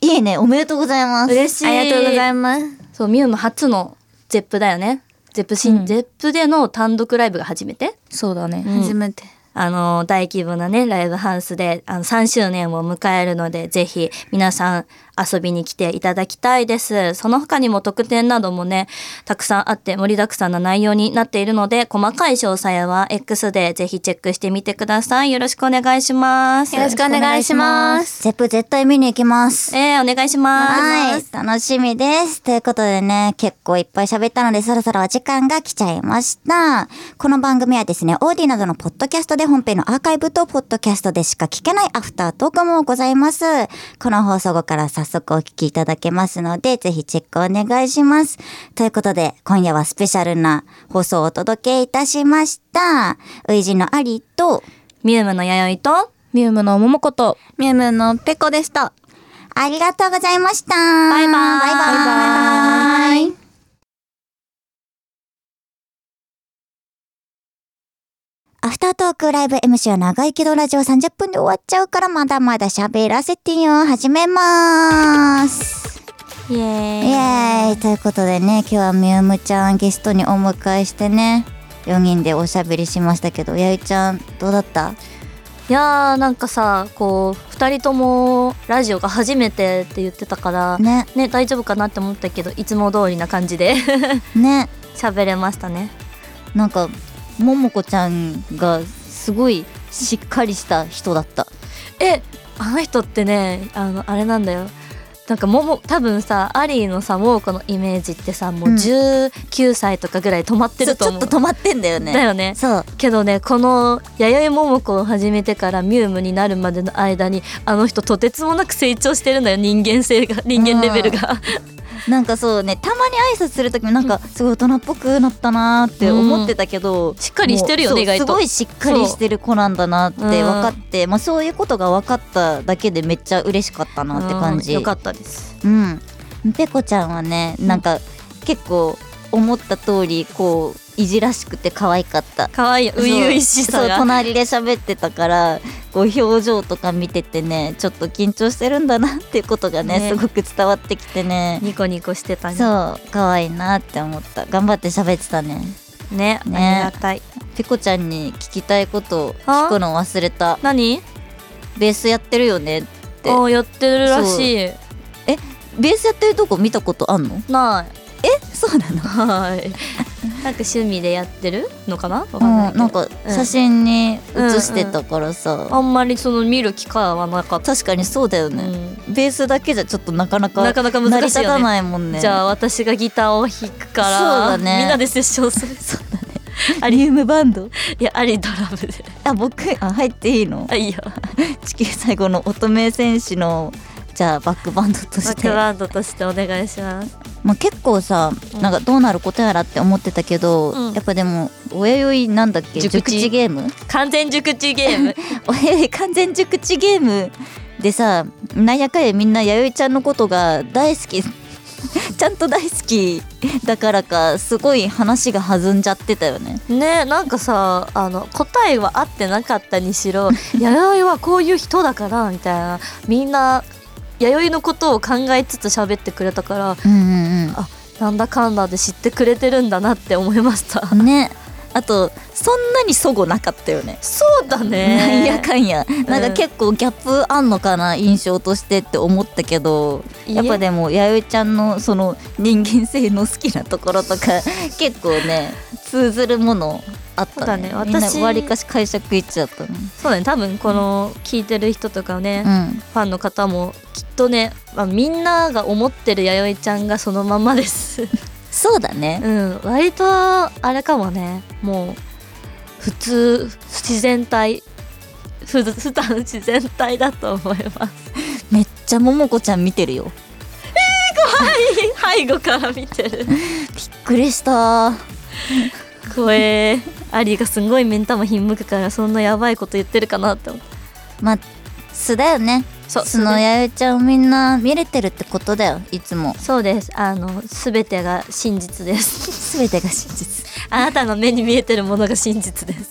Speaker 4: い。
Speaker 1: いいね、おめでとうございます。
Speaker 3: 嬉しい。
Speaker 4: ありがとうございます。
Speaker 3: そう、ミューム初のゼップだよね。ゼップ新、ゼップでの単独ライブが初めて
Speaker 2: そうだね。
Speaker 4: 初めて。
Speaker 3: あの、大規模なね、ライブハウスで、あの、3周年を迎えるので、ぜひ、皆さん、遊びに来ていただきたいです。その他にも特典などもね、たくさんあって、盛りだくさんな内容になっているので、細かい詳細は X でぜひチェックしてみてください。よろしくお願いします。
Speaker 4: よろしくお願いします。
Speaker 1: ゼップ絶対見に行きます。
Speaker 3: えー、お願いします。
Speaker 1: はい。楽しみです。ということでね、結構いっぱい喋ったので、そろそろお時間が来ちゃいました。この番組はですね、オーディなどのポッドキャストで本編のアーカイブと、ポッドキャストでしか聞けないアフタートークもございます。この放送後から早速お聞きいただけますので、ぜひチェックお願いします。ということで、今夜はスペシャルな放送をお届けいたしました。ウイジのアリと、
Speaker 3: ミュームの弥生と、
Speaker 2: ミュームの桃子と、
Speaker 4: ミュウムのペコでした。
Speaker 1: ありがとうございました。
Speaker 3: バイ
Speaker 1: バイ
Speaker 3: バーイ
Speaker 1: バ
Speaker 3: バイバ
Speaker 1: イ
Speaker 3: イ
Speaker 1: アフタートークライブ MC は長いけどラジオ30分で終わっちゃうからまだまだ喋らせてよ。始めまーす。
Speaker 3: イエ
Speaker 1: イ
Speaker 3: ー
Speaker 1: エー
Speaker 3: イ。
Speaker 1: イということでね、今日はみゆむちゃんゲストにお迎えしてね、4人でおしゃべりしましたけど、やゆちゃんどうだった
Speaker 3: いやー、なんかさ、こう、二人とも、ラジオが初めてって言ってたから、
Speaker 1: ね、
Speaker 3: ね、大丈夫かなって思ったけどいつも通りな感じで [LAUGHS]
Speaker 1: ね、
Speaker 3: 喋れましたね
Speaker 1: なんか、ももこちゃんがすごいしっかりした人だった。
Speaker 3: えあの人ってねあのあれなんだよなんかもも多分さアリーのさモーコのイメージってさもう
Speaker 1: うん
Speaker 3: 19歳とかぐらい止まってると思う、
Speaker 1: ちょっと止まってんだよ
Speaker 3: だ
Speaker 1: ね。
Speaker 3: よね
Speaker 1: そう。
Speaker 3: けどねこの弥生桃子を始めてからミュームになるまでの間にあの人とてつもなく成長してるんだよ人間性が人間レベルが
Speaker 1: なんかそうね、たまに挨拶するときもなんかすごい大人っぽくなったなーって思ってたけど、
Speaker 3: しっかりしてるよね
Speaker 1: もう
Speaker 3: 意外
Speaker 1: そうす
Speaker 3: と
Speaker 1: ごいしっかりしてる子なんだなって
Speaker 3: そう
Speaker 1: 分かって、まあそういうことが分かっただけでめっちゃ嬉しかったなって感じ。
Speaker 3: うんよかったです
Speaker 1: うん。ペコちゃんはね、なんか結構思った通りこういじらしくて可愛かった。
Speaker 3: 可愛い初々し
Speaker 1: そ
Speaker 3: さ
Speaker 1: うそう
Speaker 3: が
Speaker 1: 隣で喋ってたからこう表情とか見ててねちょっと緊張してるんだなっていうことがね
Speaker 3: ね
Speaker 1: すごく伝わってきてね
Speaker 3: ニコニコしてたね
Speaker 1: そう可愛いなって思った頑張って喋ってたね
Speaker 3: ね
Speaker 1: ね
Speaker 3: ありがたい
Speaker 1: ペコちゃんに聞きたいことを聞くの忘れた
Speaker 3: 何
Speaker 1: ベースやってるよねって
Speaker 3: あやってるらしい
Speaker 1: ベースやってるとこ見たことあんの
Speaker 3: ない
Speaker 1: そうなの
Speaker 3: [LAUGHS] はいなんか趣味でやってるのかなわかん
Speaker 1: う
Speaker 3: ない
Speaker 1: ん
Speaker 3: けど
Speaker 1: なんか写真に写してたからさ、
Speaker 3: あんまりその見る機会はなかった、
Speaker 1: 確かにそうだよ
Speaker 3: う
Speaker 1: ね、
Speaker 3: ん
Speaker 1: ベースだけじゃちょっとなかなか
Speaker 3: なかなか
Speaker 1: 成り
Speaker 3: 難しい
Speaker 1: 立
Speaker 3: よね
Speaker 1: たないもんね
Speaker 3: じゃあ私がギターを弾くから
Speaker 1: そうだね
Speaker 3: みんなでセッションする
Speaker 1: アリウムバンド
Speaker 3: いやありドラムで
Speaker 1: あ僕あ入っていいの
Speaker 3: あいい [LAUGHS] よ
Speaker 1: 地球最後の乙女戦士のじゃあバックバンドと
Speaker 3: バ
Speaker 1: し
Speaker 3: ック
Speaker 1: て、
Speaker 3: バンドとしてお願いします
Speaker 1: まあ、結構さ
Speaker 3: うん
Speaker 1: なんかどうなることやらって思ってたけど、
Speaker 3: うん
Speaker 1: やっぱでも親よいなんだっけ
Speaker 3: 熟
Speaker 1: 熟
Speaker 3: 知
Speaker 1: 知ゲーム [LAUGHS]
Speaker 3: 完全熟知ゲーム
Speaker 1: 親よい完全熟知ゲームでさなんやかんやみんな弥生ちゃんのことが大好き [LAUGHS] ちゃんと大好きだからかすごい話が弾んじゃってたよね
Speaker 3: ねなんかさあの答えは合ってなかったにし [LAUGHS] ろ弥生はこういう人だからみたいなみんな弥生のことを考えつつ喋ってくれたから
Speaker 1: うんうん
Speaker 3: なんだかんだで知ってくれてるんだなって思いました。
Speaker 1: うんねあとそんなにそごなかったよね
Speaker 3: そうだね。
Speaker 1: なんやかんやなんか
Speaker 3: うん
Speaker 1: 結構ギャップあんのかな印象としてって思ったけど
Speaker 3: いえ
Speaker 1: やっぱでも弥生ちゃんのその人間性の好きなところと
Speaker 3: [LAUGHS]
Speaker 1: か結構ね通ずるものあったね
Speaker 3: そうだね
Speaker 1: みんな
Speaker 3: 私
Speaker 1: わりかし解釈一致だったね
Speaker 3: [LAUGHS] そうだね多分この聞いてる人とかね、
Speaker 1: うん
Speaker 3: ファンの方もきっとね、まあ、みんなが思ってる弥生ちゃんがそのままです。
Speaker 1: そうだね
Speaker 3: [LAUGHS] うん、割とあれかもねもう普通自然体ふ普段自然体だと思います
Speaker 1: めっちゃももこちゃん見てるよ
Speaker 3: 背後から見てる
Speaker 1: びっくりした
Speaker 3: 声アリがすごい目ん玉ひんむくからそんなやばいこと言ってるかなって思って
Speaker 1: まあ素だよね
Speaker 3: そう
Speaker 1: 素の
Speaker 3: 素で
Speaker 1: 弥生ちゃんをみんな見れてるってことだよいつも
Speaker 3: そうですあの全てが真実です
Speaker 1: 全てが真実
Speaker 3: [LAUGHS] あなたの目に見えてるものが真実です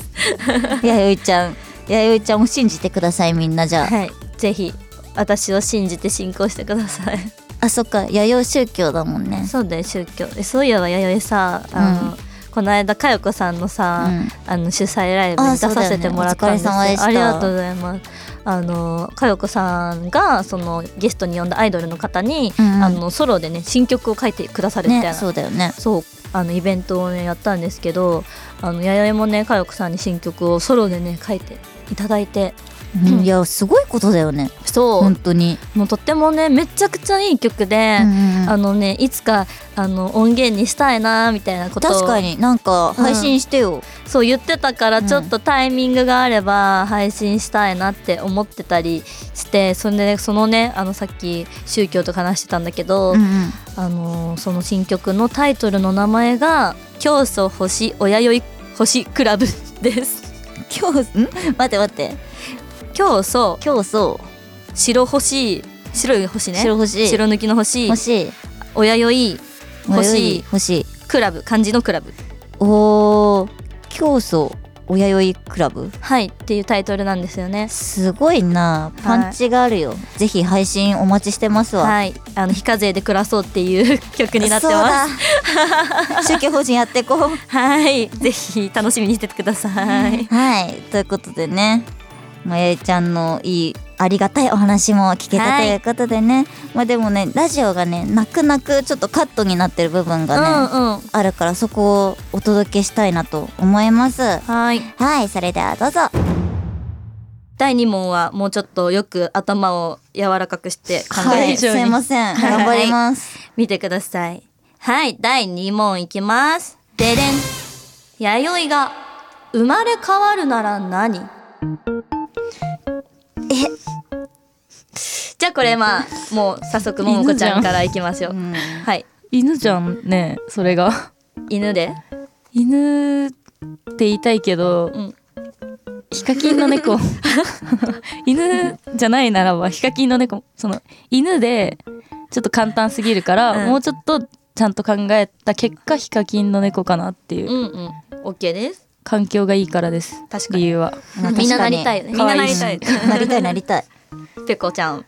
Speaker 1: 弥生ちゃん弥生ちゃんを信じてくださいみんなじゃあ
Speaker 3: はいぜひ私を信じて信仰してください
Speaker 1: あそっか弥生宗教だもんね
Speaker 3: そうだよ宗教えそういえば弥生さあの、
Speaker 1: うん
Speaker 3: この間佳代子さんのさ、
Speaker 1: うん
Speaker 3: あの主催ライブに
Speaker 1: あ
Speaker 3: 出させてもらったんですよ
Speaker 1: そうだよねお疲れ様でした
Speaker 3: ありがとうございますあの佳代子さんがそのゲストに呼んだアイドルの方に、
Speaker 1: うんうん
Speaker 3: あのソロでね新曲を書いてくださるみたいな、
Speaker 1: ねそうだよね
Speaker 3: そうあのイベントをねやったんですけどあの弥生もね佳代子さんに新曲をソロでね書いていただいて
Speaker 1: うん
Speaker 3: うん
Speaker 1: いやすごいことだよね
Speaker 3: そう、
Speaker 1: 本当に
Speaker 3: もうとってもねめちゃくちゃいい曲で、
Speaker 1: うん
Speaker 3: あのねいつかあの音源にしたいなみたいなことを
Speaker 1: 確かになんか配信してよ
Speaker 3: そう言ってたから
Speaker 1: うん
Speaker 3: ちょっとタイミングがあれば配信したいなって思ってたりしてそれでそのねあのさっき宗教と話してたんだけど、
Speaker 1: うんうん
Speaker 3: あのその新曲のタイトルの名前が「教祖星親よい星クラブ」です。
Speaker 1: 今
Speaker 3: [LAUGHS]
Speaker 1: 日ん待って待って
Speaker 3: 教祖
Speaker 1: 今日そ
Speaker 3: 白星白い星
Speaker 1: う
Speaker 3: ね
Speaker 1: 白星
Speaker 3: 白抜きの星
Speaker 1: 欲しい
Speaker 3: 親よい星
Speaker 1: 欲しい
Speaker 3: クラブ漢字のクラブ
Speaker 1: おー競争親よいクラブ
Speaker 3: はいっていうタイトルなんですよね。
Speaker 1: すごいなパンチがあるよ、ぜひ配信お待ちしてますわ、
Speaker 3: はい、あの非課税で暮らそうっていう [LAUGHS] 曲になってます。 [LAUGHS]
Speaker 1: す宗教法人やっていこう
Speaker 3: はい、ぜひ楽しみにしててください。
Speaker 1: はいということでねまあやゆちゃんのいいありがたいお話も聞けた
Speaker 3: は
Speaker 1: と
Speaker 3: い
Speaker 1: いうことでね、まあでもねラジオがね泣く泣くちょっとカットになってる部分
Speaker 3: う
Speaker 1: がね、
Speaker 3: んうん。
Speaker 1: あるからそこをお届けしたいなと思います
Speaker 3: はい。
Speaker 1: はいそれではどうぞ
Speaker 3: 第2問はもうちょっとよく頭を柔らかくして考
Speaker 1: は
Speaker 3: え
Speaker 1: い
Speaker 3: て
Speaker 1: すいません
Speaker 3: はい
Speaker 1: 頑張ります
Speaker 3: みてください。はい、第2問いきます。ででん。弥生が生まれ変わるなら何
Speaker 1: え
Speaker 3: じゃあこれまあもう早速ももこちゃんからいきますよ。
Speaker 1: ん
Speaker 3: はい。
Speaker 2: 犬じゃんねそれが
Speaker 3: 犬で。
Speaker 2: [LAUGHS] 犬って言いたいけど、
Speaker 3: ん
Speaker 2: ヒカキンの猫 [LAUGHS] 犬じゃないならばヒカキンの猫その犬でちょっと簡単すぎるから、
Speaker 3: うん
Speaker 2: もうちょっとちゃんと考えた結果ヒカキンの猫かなっていう、
Speaker 3: うんうん。OK です。
Speaker 2: 環境がいいからです
Speaker 3: 確かに
Speaker 2: 理由は
Speaker 1: まあ
Speaker 3: みんななりたいよね。
Speaker 4: みんななりたい。
Speaker 1: なりたいなりたい。
Speaker 3: ペコちゃん。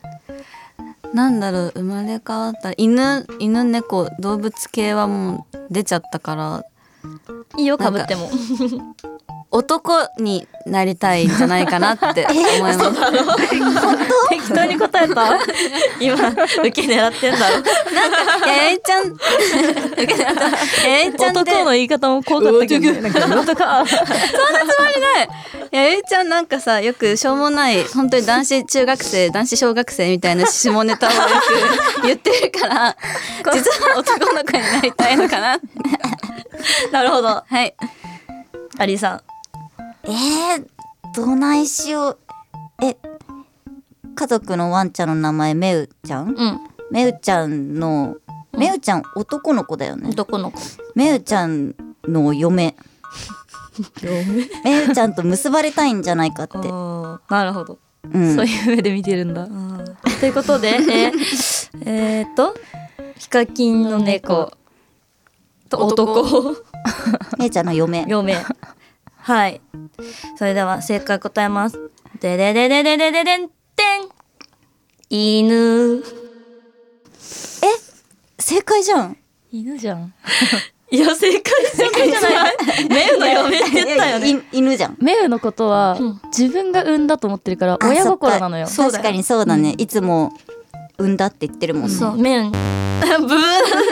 Speaker 4: なんだろう生まれ変わった犬犬猫動物系はもう出ちゃったから
Speaker 3: いいよ、かぶっても。
Speaker 4: 男になりたいんじゃないかな
Speaker 3: [LAUGHS]
Speaker 4: って思います。
Speaker 3: 適当に答え
Speaker 4: [LAUGHS]
Speaker 3: た今、受け狙ってんだろ。
Speaker 4: 弥生ち
Speaker 3: [LAUGHS]
Speaker 4: ゃん、受けなかった弥生ちゃんって
Speaker 2: 男の言い方も怖かったけどねなんか男か
Speaker 4: 弥生ちゃんなんかさよくしょうもない本当に男子中学生男子小学生みたいな下ネタをよ
Speaker 3: [LAUGHS]
Speaker 4: く言ってるから実は男の子になりたいのかな
Speaker 3: なるほど。
Speaker 4: はい
Speaker 3: アリさん。
Speaker 1: えー、どないしよう。え、家族のワンちゃんの名前めうちゃん
Speaker 3: うん。
Speaker 1: めうちゃんの、めうちゃん男の子だよね。
Speaker 3: 男の子。
Speaker 1: めうちゃんの嫁。めうちゃんと結ばれたいんじゃないかって。
Speaker 3: あーなるほど。
Speaker 1: うん
Speaker 2: [LAUGHS] そういう目で見てるんだ
Speaker 3: ということで、えー、えーっと、ヒカキンの猫と [LAUGHS] 男
Speaker 1: 姉ちゃんの嫁。
Speaker 3: 嫁はいそれでは正解答えますででででででででんてん犬
Speaker 1: 正解じゃん。
Speaker 2: 犬じゃん。
Speaker 3: いや正解正解じゃないメウの嫁って言ったよね
Speaker 1: い犬じゃん。
Speaker 2: メウのことは、自分が産んだと思ってるから
Speaker 1: あ
Speaker 2: 親
Speaker 1: そっか
Speaker 2: 心なのよ。
Speaker 3: そうだ
Speaker 1: 確
Speaker 3: よ
Speaker 1: かにそうだね。いつも産んだって言ってるもんね。
Speaker 3: そうメウンブー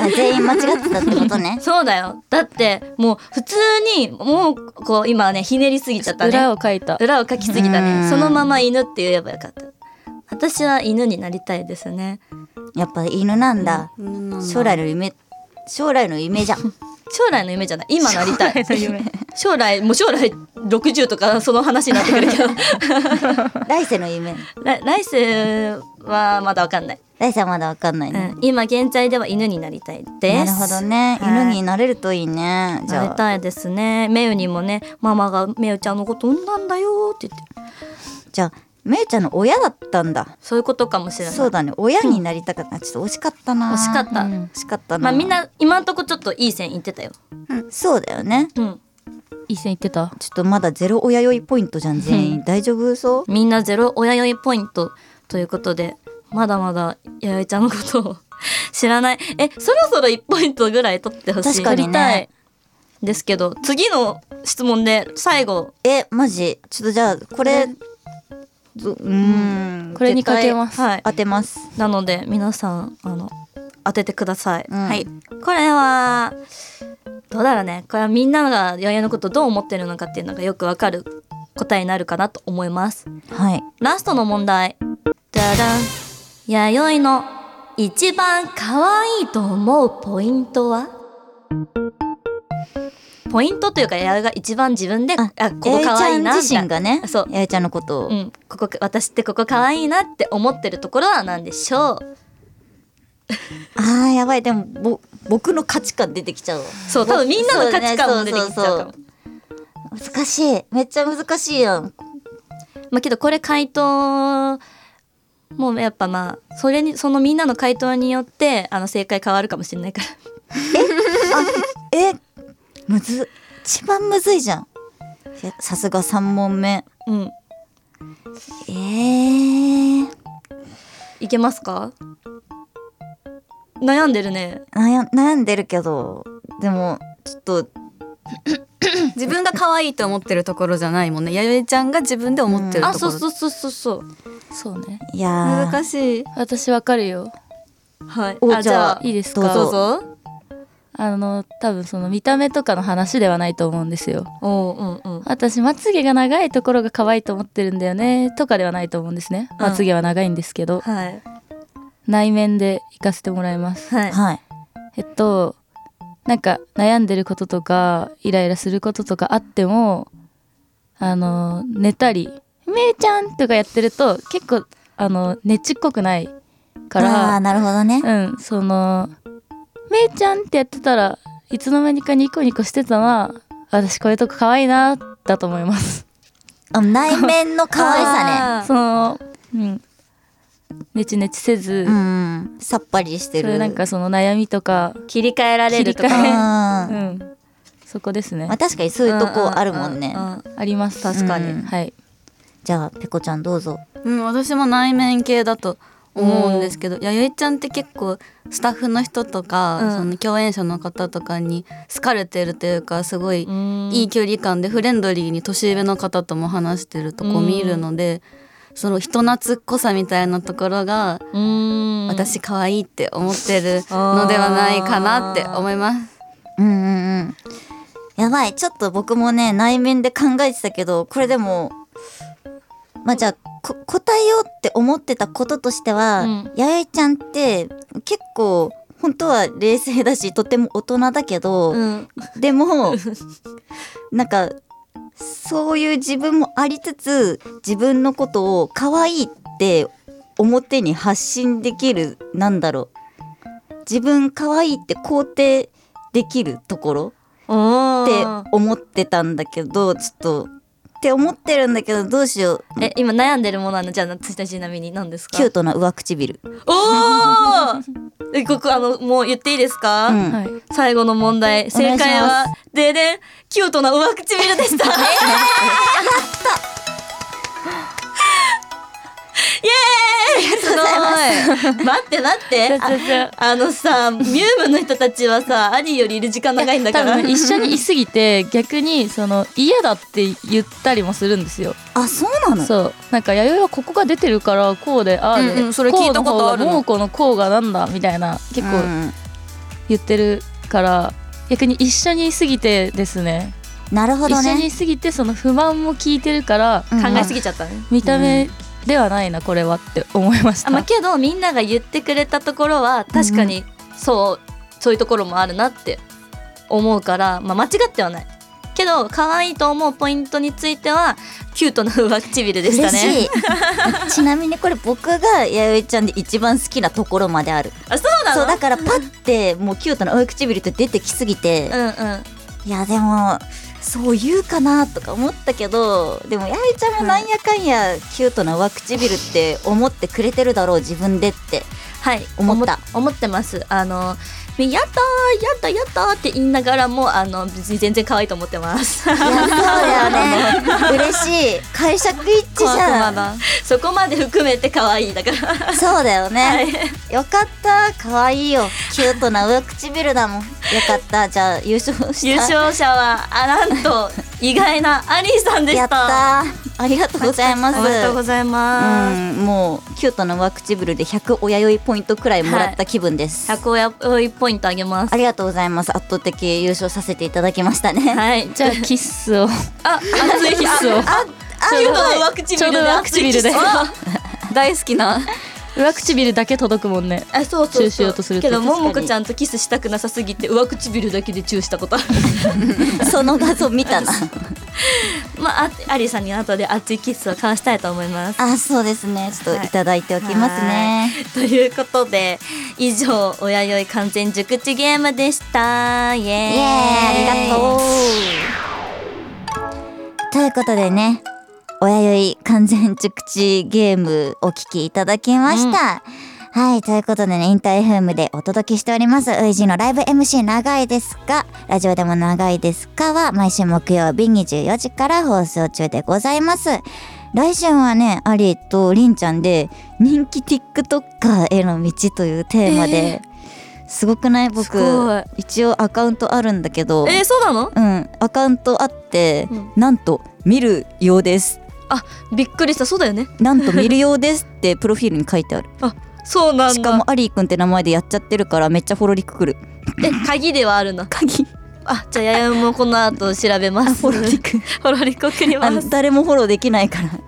Speaker 1: あ全員間違ってたってこと
Speaker 3: [LAUGHS]
Speaker 1: ね。
Speaker 3: そうだよだってもう普通にもうこう今ねひねりすぎちゃったね
Speaker 2: 裏を書いた。
Speaker 3: 裏を書きすぎた
Speaker 1: うん
Speaker 3: ねそのまま犬って言えばよかった私は犬になりたいですね
Speaker 1: やっぱ犬なんだ。将来の夢、将来の夢じゃん。
Speaker 3: 将来の夢じゃない今なりたい将来も [LAUGHS] う将来60とかその話になってくる [LAUGHS] けど
Speaker 1: 来世の夢。
Speaker 3: 来来世はまだわかんない、
Speaker 1: 来世はまだわかんないうね
Speaker 3: ん。今現在では犬になりたいです
Speaker 1: なるほどね。
Speaker 3: はい
Speaker 1: 犬になれるといいね。じ
Speaker 3: な
Speaker 1: ゃ
Speaker 3: り
Speaker 1: あ、
Speaker 3: たいですねめゆにもねママがめゆちゃんのこと産んだんだよって言って
Speaker 1: じゃあ、めいちゃんの親だったんだ。
Speaker 3: そういうことかもしれない
Speaker 1: そうだね。親になりたかった。ちょっと惜しかったな。
Speaker 3: 惜しかった、
Speaker 2: うん
Speaker 1: 惜しかったな。
Speaker 3: まあみん、な今んとこちょっといい線いってたよ
Speaker 1: うんそうだよね。
Speaker 3: うん
Speaker 2: いい線言ってた。
Speaker 1: ちょっとまだゼロ親酔いポイントじゃん、全員。大丈夫そう
Speaker 3: みんなゼロ親酔いポイントということでまだまだ弥生ちゃんのことを [LAUGHS] 知らないえそろそろ1ポイントぐらい取ってほし
Speaker 1: 確
Speaker 3: い
Speaker 1: かにね
Speaker 3: 取りたいですけど次の質問で最後
Speaker 1: え、マジちょっとじゃあ、これ、ずうーん。
Speaker 2: これにかけます。
Speaker 3: はい
Speaker 1: 当てます。
Speaker 3: なので皆さんあの当ててください、
Speaker 1: うん
Speaker 3: はいこれはどうだろうねこれはみんなが弥生のことどう思ってるのかっていうのがよくわかる答えになるかなと思います
Speaker 1: はい。
Speaker 3: ラストの問題。ダダン。弥生の一番可愛いと思うポイントはポイントというか弥生が一番自分で、あ、ここ可愛いな
Speaker 1: 八重ちゃん自身
Speaker 3: みたいな。
Speaker 1: がね、
Speaker 3: そう
Speaker 1: 八重ちゃんのことを。
Speaker 3: うん、ここ私ってここ可愛いなって思ってるところは何でしょう
Speaker 1: ああ、やばい。でも、ぼ、僕の価値観出てきちゃうわ。
Speaker 3: そう多分みんなの価値観も出てきちゃう
Speaker 1: そ
Speaker 3: か
Speaker 1: うね
Speaker 3: も
Speaker 1: そう難しい。めっちゃ難しいやん。
Speaker 3: まあけどこれ回答もうやっぱまあそれにそのみんなの回答によってあの正解変わるかもしれないから [LAUGHS]
Speaker 1: え、むず、一番むずいじゃん。いやさすが三問目。
Speaker 3: うん
Speaker 1: えー、
Speaker 3: いけますか悩んでるね
Speaker 1: 悩悩んでるけど、でも、ちょっと、
Speaker 4: 自分が可愛いと思ってるところじゃないもんね弥生ちゃんが自分で思ってるところ、
Speaker 3: あそうそうそうそうそう
Speaker 2: そうね。
Speaker 1: いやー
Speaker 4: 難しい
Speaker 2: 私わかるよ。
Speaker 3: はい
Speaker 1: お
Speaker 3: あじゃあ
Speaker 2: いいです
Speaker 1: ど
Speaker 2: か。
Speaker 3: どうぞ
Speaker 2: あの多分その見た目とかの話ではないと思うんですよ。
Speaker 3: おううんうん
Speaker 2: 私まつげが長いところが可愛いと思ってるんだよねとかではないと思うんですね。
Speaker 3: うん
Speaker 2: まつげは長いんですけど、
Speaker 3: はい
Speaker 2: 内面で行かせてもらいます。
Speaker 3: はい
Speaker 1: はい。
Speaker 2: えっとなんか悩んでることとかイライラすることとかあってもあの寝たり「めいちゃん」とかやってると結構あの寝ちっこくないか
Speaker 1: ああー、
Speaker 2: ら
Speaker 1: なるほどね。
Speaker 2: うんその「めいちゃん」ってやってたらいつの間にかニコニコしてたな私こういうとこ可愛いなだと思います
Speaker 1: あ内面の可愛さね。
Speaker 3: [LAUGHS] あー
Speaker 2: そのうんネチネチせず、
Speaker 1: うん。さっぱりして
Speaker 2: それ
Speaker 1: る。
Speaker 2: なんかその悩みとか
Speaker 3: 切り替えられると
Speaker 2: 切り替え
Speaker 3: か
Speaker 1: うん
Speaker 2: [LAUGHS] う。んそこですね
Speaker 1: まあ、確かにそういうとこあるもんね。
Speaker 3: うんうんうん
Speaker 2: あります
Speaker 1: 確かに
Speaker 2: はい
Speaker 1: じゃあ、ペコちゃんどうぞ。
Speaker 4: うん、私も内面系だと思うんですけど弥生ちゃんって結構スタッフの人とか、
Speaker 3: うん
Speaker 4: その共演者の方とかに好かれてるというかすごい
Speaker 3: うん
Speaker 4: いい距離感でフレンドリーに年上の方とも話してるとこ見るので、その人懐っこさみたいなところが
Speaker 3: うん
Speaker 4: 私可愛いって思ってるのではないかなって思います。
Speaker 1: うんうんうん。やばい。ちょっと僕もね、内面で考えてたけど、これでも、まあ、じゃあ、こ答えようって思ってたこととしては、
Speaker 3: うん
Speaker 1: 弥生ちゃんって結構、本当は冷静だし、とても大人だけど、
Speaker 3: うん
Speaker 1: でもなんかそういう自分もありつつ自分のことを可愛いって表に発信できるなんだろう自分可愛いって肯定できるところ
Speaker 3: お
Speaker 1: って
Speaker 3: ー
Speaker 1: 思ってたんだけどちょっとって思ってるんだけど、どうしよう。
Speaker 3: え、今悩んでるものは、じゃあ、私たちなみに何ですか
Speaker 1: キュートな上唇。
Speaker 3: おー [LAUGHS] え、ここ、あの、もう言っていいですか、
Speaker 1: うん
Speaker 2: はい。
Speaker 3: 最後の問題、
Speaker 1: お
Speaker 3: 正解
Speaker 1: 願
Speaker 3: は、ででん、キュートな上唇でした。
Speaker 4: すごい。
Speaker 3: 待って待って。
Speaker 2: じゃじゃ
Speaker 3: あのさ、ミュームの人たちはさ、アリーよりいる時間長いんだか
Speaker 2: 多
Speaker 3: ら。
Speaker 2: 分一緒にいすぎて逆にその嫌だって言ったりもするんですよ。
Speaker 1: あ、そうなの
Speaker 2: そうなんか弥生はここが出てるからこうでああで、
Speaker 4: うんうんそれ聞いたことあるの
Speaker 2: こうの方がもうこのこうがなんだみたいな結
Speaker 1: う
Speaker 2: 構
Speaker 1: ん
Speaker 2: 言ってるから、逆に一緒にいすぎてですね
Speaker 1: なるほど
Speaker 2: 一緒に
Speaker 1: ね。
Speaker 2: いすぎてその不満も聞いてるから、
Speaker 1: うん
Speaker 3: 考えすぎちゃったね。
Speaker 2: 見た目ではないなこれはって思いました。
Speaker 3: あまあ、けどみんなが言ってくれたところは確かにそう、そういうところもあるなって思うから、まあ、間違ってはないけど可愛いと思うポイントについてはキュートな上唇でした
Speaker 1: 嬉
Speaker 3: ね
Speaker 1: しい。 [LAUGHS] ちなみにこれ僕が弥生ちゃんで一番好きなところまである。
Speaker 3: あそうなの
Speaker 1: そうだからパッてもうキュートな上唇って出てきすぎて、
Speaker 3: うんうん
Speaker 1: いやでもそう言うかなとか思ったけどでも八重ちゃんもなんやかんやキュートな上唇って思ってくれてるだろう自分でって
Speaker 3: はい
Speaker 1: 思った
Speaker 3: 思ってますあのやったーやったやったーって言いながらもあの別に全然可愛いと思ってます [LAUGHS]
Speaker 1: いやそうだよね嬉しい解釈一致じゃん
Speaker 4: だ。
Speaker 3: そこまで含めて可愛いだから
Speaker 1: そうだよね、
Speaker 3: はい
Speaker 1: よかった可愛いよキュートな上唇だもんよかったじゃあ優勝した
Speaker 3: 優勝者はあなんと意外なアリーさんでし
Speaker 1: やったたありがとうございます
Speaker 3: おめでとうございます、
Speaker 1: うん、もうキュートな上唇で100親よいポイントくらいもらった気分です、
Speaker 3: 100をや1ポイントあげます
Speaker 1: あ。りがとうございます圧倒的優勝させていただきましたね、
Speaker 3: はい。
Speaker 2: じゃあ [LAUGHS] キッスを
Speaker 3: あ、熱い
Speaker 2: キ
Speaker 3: 日
Speaker 2: スを
Speaker 3: ちょうど上唇
Speaker 2: ちょうど上唇で
Speaker 3: 熱いキス [LAUGHS] あ
Speaker 4: 大好きな。
Speaker 2: 上唇だけ届くもんね。
Speaker 3: あ、そう
Speaker 2: チ
Speaker 3: そ
Speaker 2: ュー
Speaker 3: う
Speaker 2: し
Speaker 3: そ
Speaker 2: よ
Speaker 3: う。
Speaker 2: うとすると
Speaker 3: けど、
Speaker 2: 確
Speaker 3: も
Speaker 2: かに
Speaker 3: もこちゃんとキスしたくなさすぎて、上唇だけでチューしたことある。
Speaker 1: [LAUGHS] その画像見たな
Speaker 3: [LAUGHS] まあ、あアリーさんに後で熱いキスを交わしたいと思います。
Speaker 1: あそうですねちょっといただいておきますね、
Speaker 3: [LAUGHS] ということで、以上、親よい完全熟知ゲームでした。イエーイ。
Speaker 1: イエーイありがとうということでね親よい完全熟知ゲームお聞きいただきました、はい。ということでね、インター FM でお届けしております、ウイジのライブ MC 長いですか、ラジオでも長いですかは、毎週木曜日24時から放送中でございます。来週はね、アリとリンちゃんで、人気 TikToker への道というテーマで、すごくない僕
Speaker 3: すごい
Speaker 1: 一応アカウントあるんだけど、
Speaker 3: えー、そうなの
Speaker 1: うん、アカウントあって、
Speaker 3: うん
Speaker 1: なんと見るようです。
Speaker 3: びっくりした。そうだよね。
Speaker 1: なんと見るようですってプロフィールに書いてあ
Speaker 3: [LAUGHS]
Speaker 1: る。
Speaker 3: そうなんだ。
Speaker 1: しかもアリーくんって名前でやっちゃってるからめっちゃフォロリックくる。
Speaker 3: え、鍵ではあるの。
Speaker 1: 鍵
Speaker 3: あ、じゃあ、ややもこの後調べます。
Speaker 1: フォロリック。
Speaker 3: ほろりこくり
Speaker 1: あ
Speaker 3: ま
Speaker 1: の
Speaker 3: す。
Speaker 1: 誰もフォローできない
Speaker 3: [LAUGHS]
Speaker 1: から。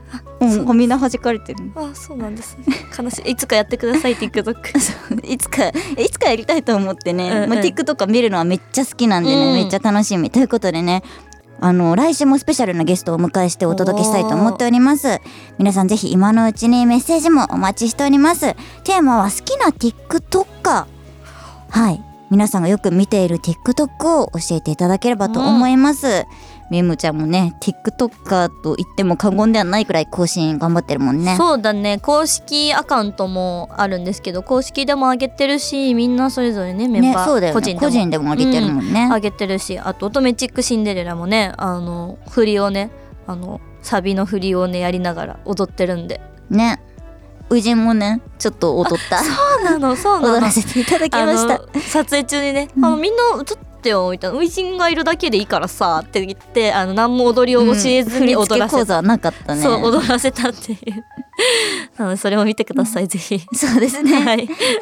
Speaker 1: もうみんな弾かれてる。
Speaker 3: あ、そうなんですね。悲しい。いつかやってください、TikTok。
Speaker 1: [LAUGHS] いつかいつかやりたいと思ってね、
Speaker 3: うんうん
Speaker 1: まあ、TikTok 見るのはめっちゃ好きなんでね、
Speaker 3: うん
Speaker 1: めっちゃ楽しみということでねあの来週もスペシャルなゲストをお迎えしてお届けしたいと思っております皆さんぜひ今のうちにメッセージもお待ちしておりますテーマは好きな TikToker はい皆さんがよく見ている TikTok を教えていただければと思います、みむちゃんもね TikToker と言っても過言ではないくらい更新頑張ってるもんね
Speaker 3: そうだね。公式アカウントもあるんですけど、公式でも上げてるし、みんなそれぞれね、メン
Speaker 1: ね
Speaker 3: バ
Speaker 1: そうだ
Speaker 3: ー、
Speaker 1: よ
Speaker 3: 個
Speaker 1: ね
Speaker 3: 人で
Speaker 1: 個
Speaker 3: も
Speaker 1: 人でも上げてるもんね、
Speaker 3: 上げてるし、あと、乙女チックシンデレラもね、あの、振りをね、あの、サビの振りをね、やりながら踊ってるんで。
Speaker 1: ね。ウジンもね、ちょっと踊った。
Speaker 3: そうなの、そう
Speaker 1: 踊
Speaker 3: なの
Speaker 1: ら。せていただき
Speaker 3: あ
Speaker 1: ました。
Speaker 3: の撮影中にね、あのみんな映ってよみたいな「ウイジンがいるだけでいいからさ」って言ってあの何も踊りを教えずに踊らせ
Speaker 1: うん振り付け講
Speaker 3: た
Speaker 1: 座はなかったね。
Speaker 3: そう踊らせたっていうなの [LAUGHS] でそれも見てください、ぜひ
Speaker 1: そうですね。
Speaker 3: は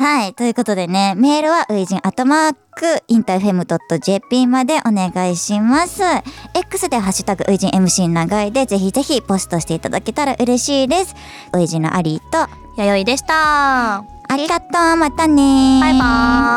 Speaker 1: はい。
Speaker 3: い
Speaker 1: ということでね、メールは、ウイジンアットマーク、インターフェム .jp までお願いします。X でハッシュタグ、ウイジン MC 長いで、ぜひぜひポストしていただけたら嬉しいです。ウイジンのアリーと、
Speaker 3: [LAUGHS] 弥生でした
Speaker 1: ありがとう、またねー
Speaker 3: バイバーイ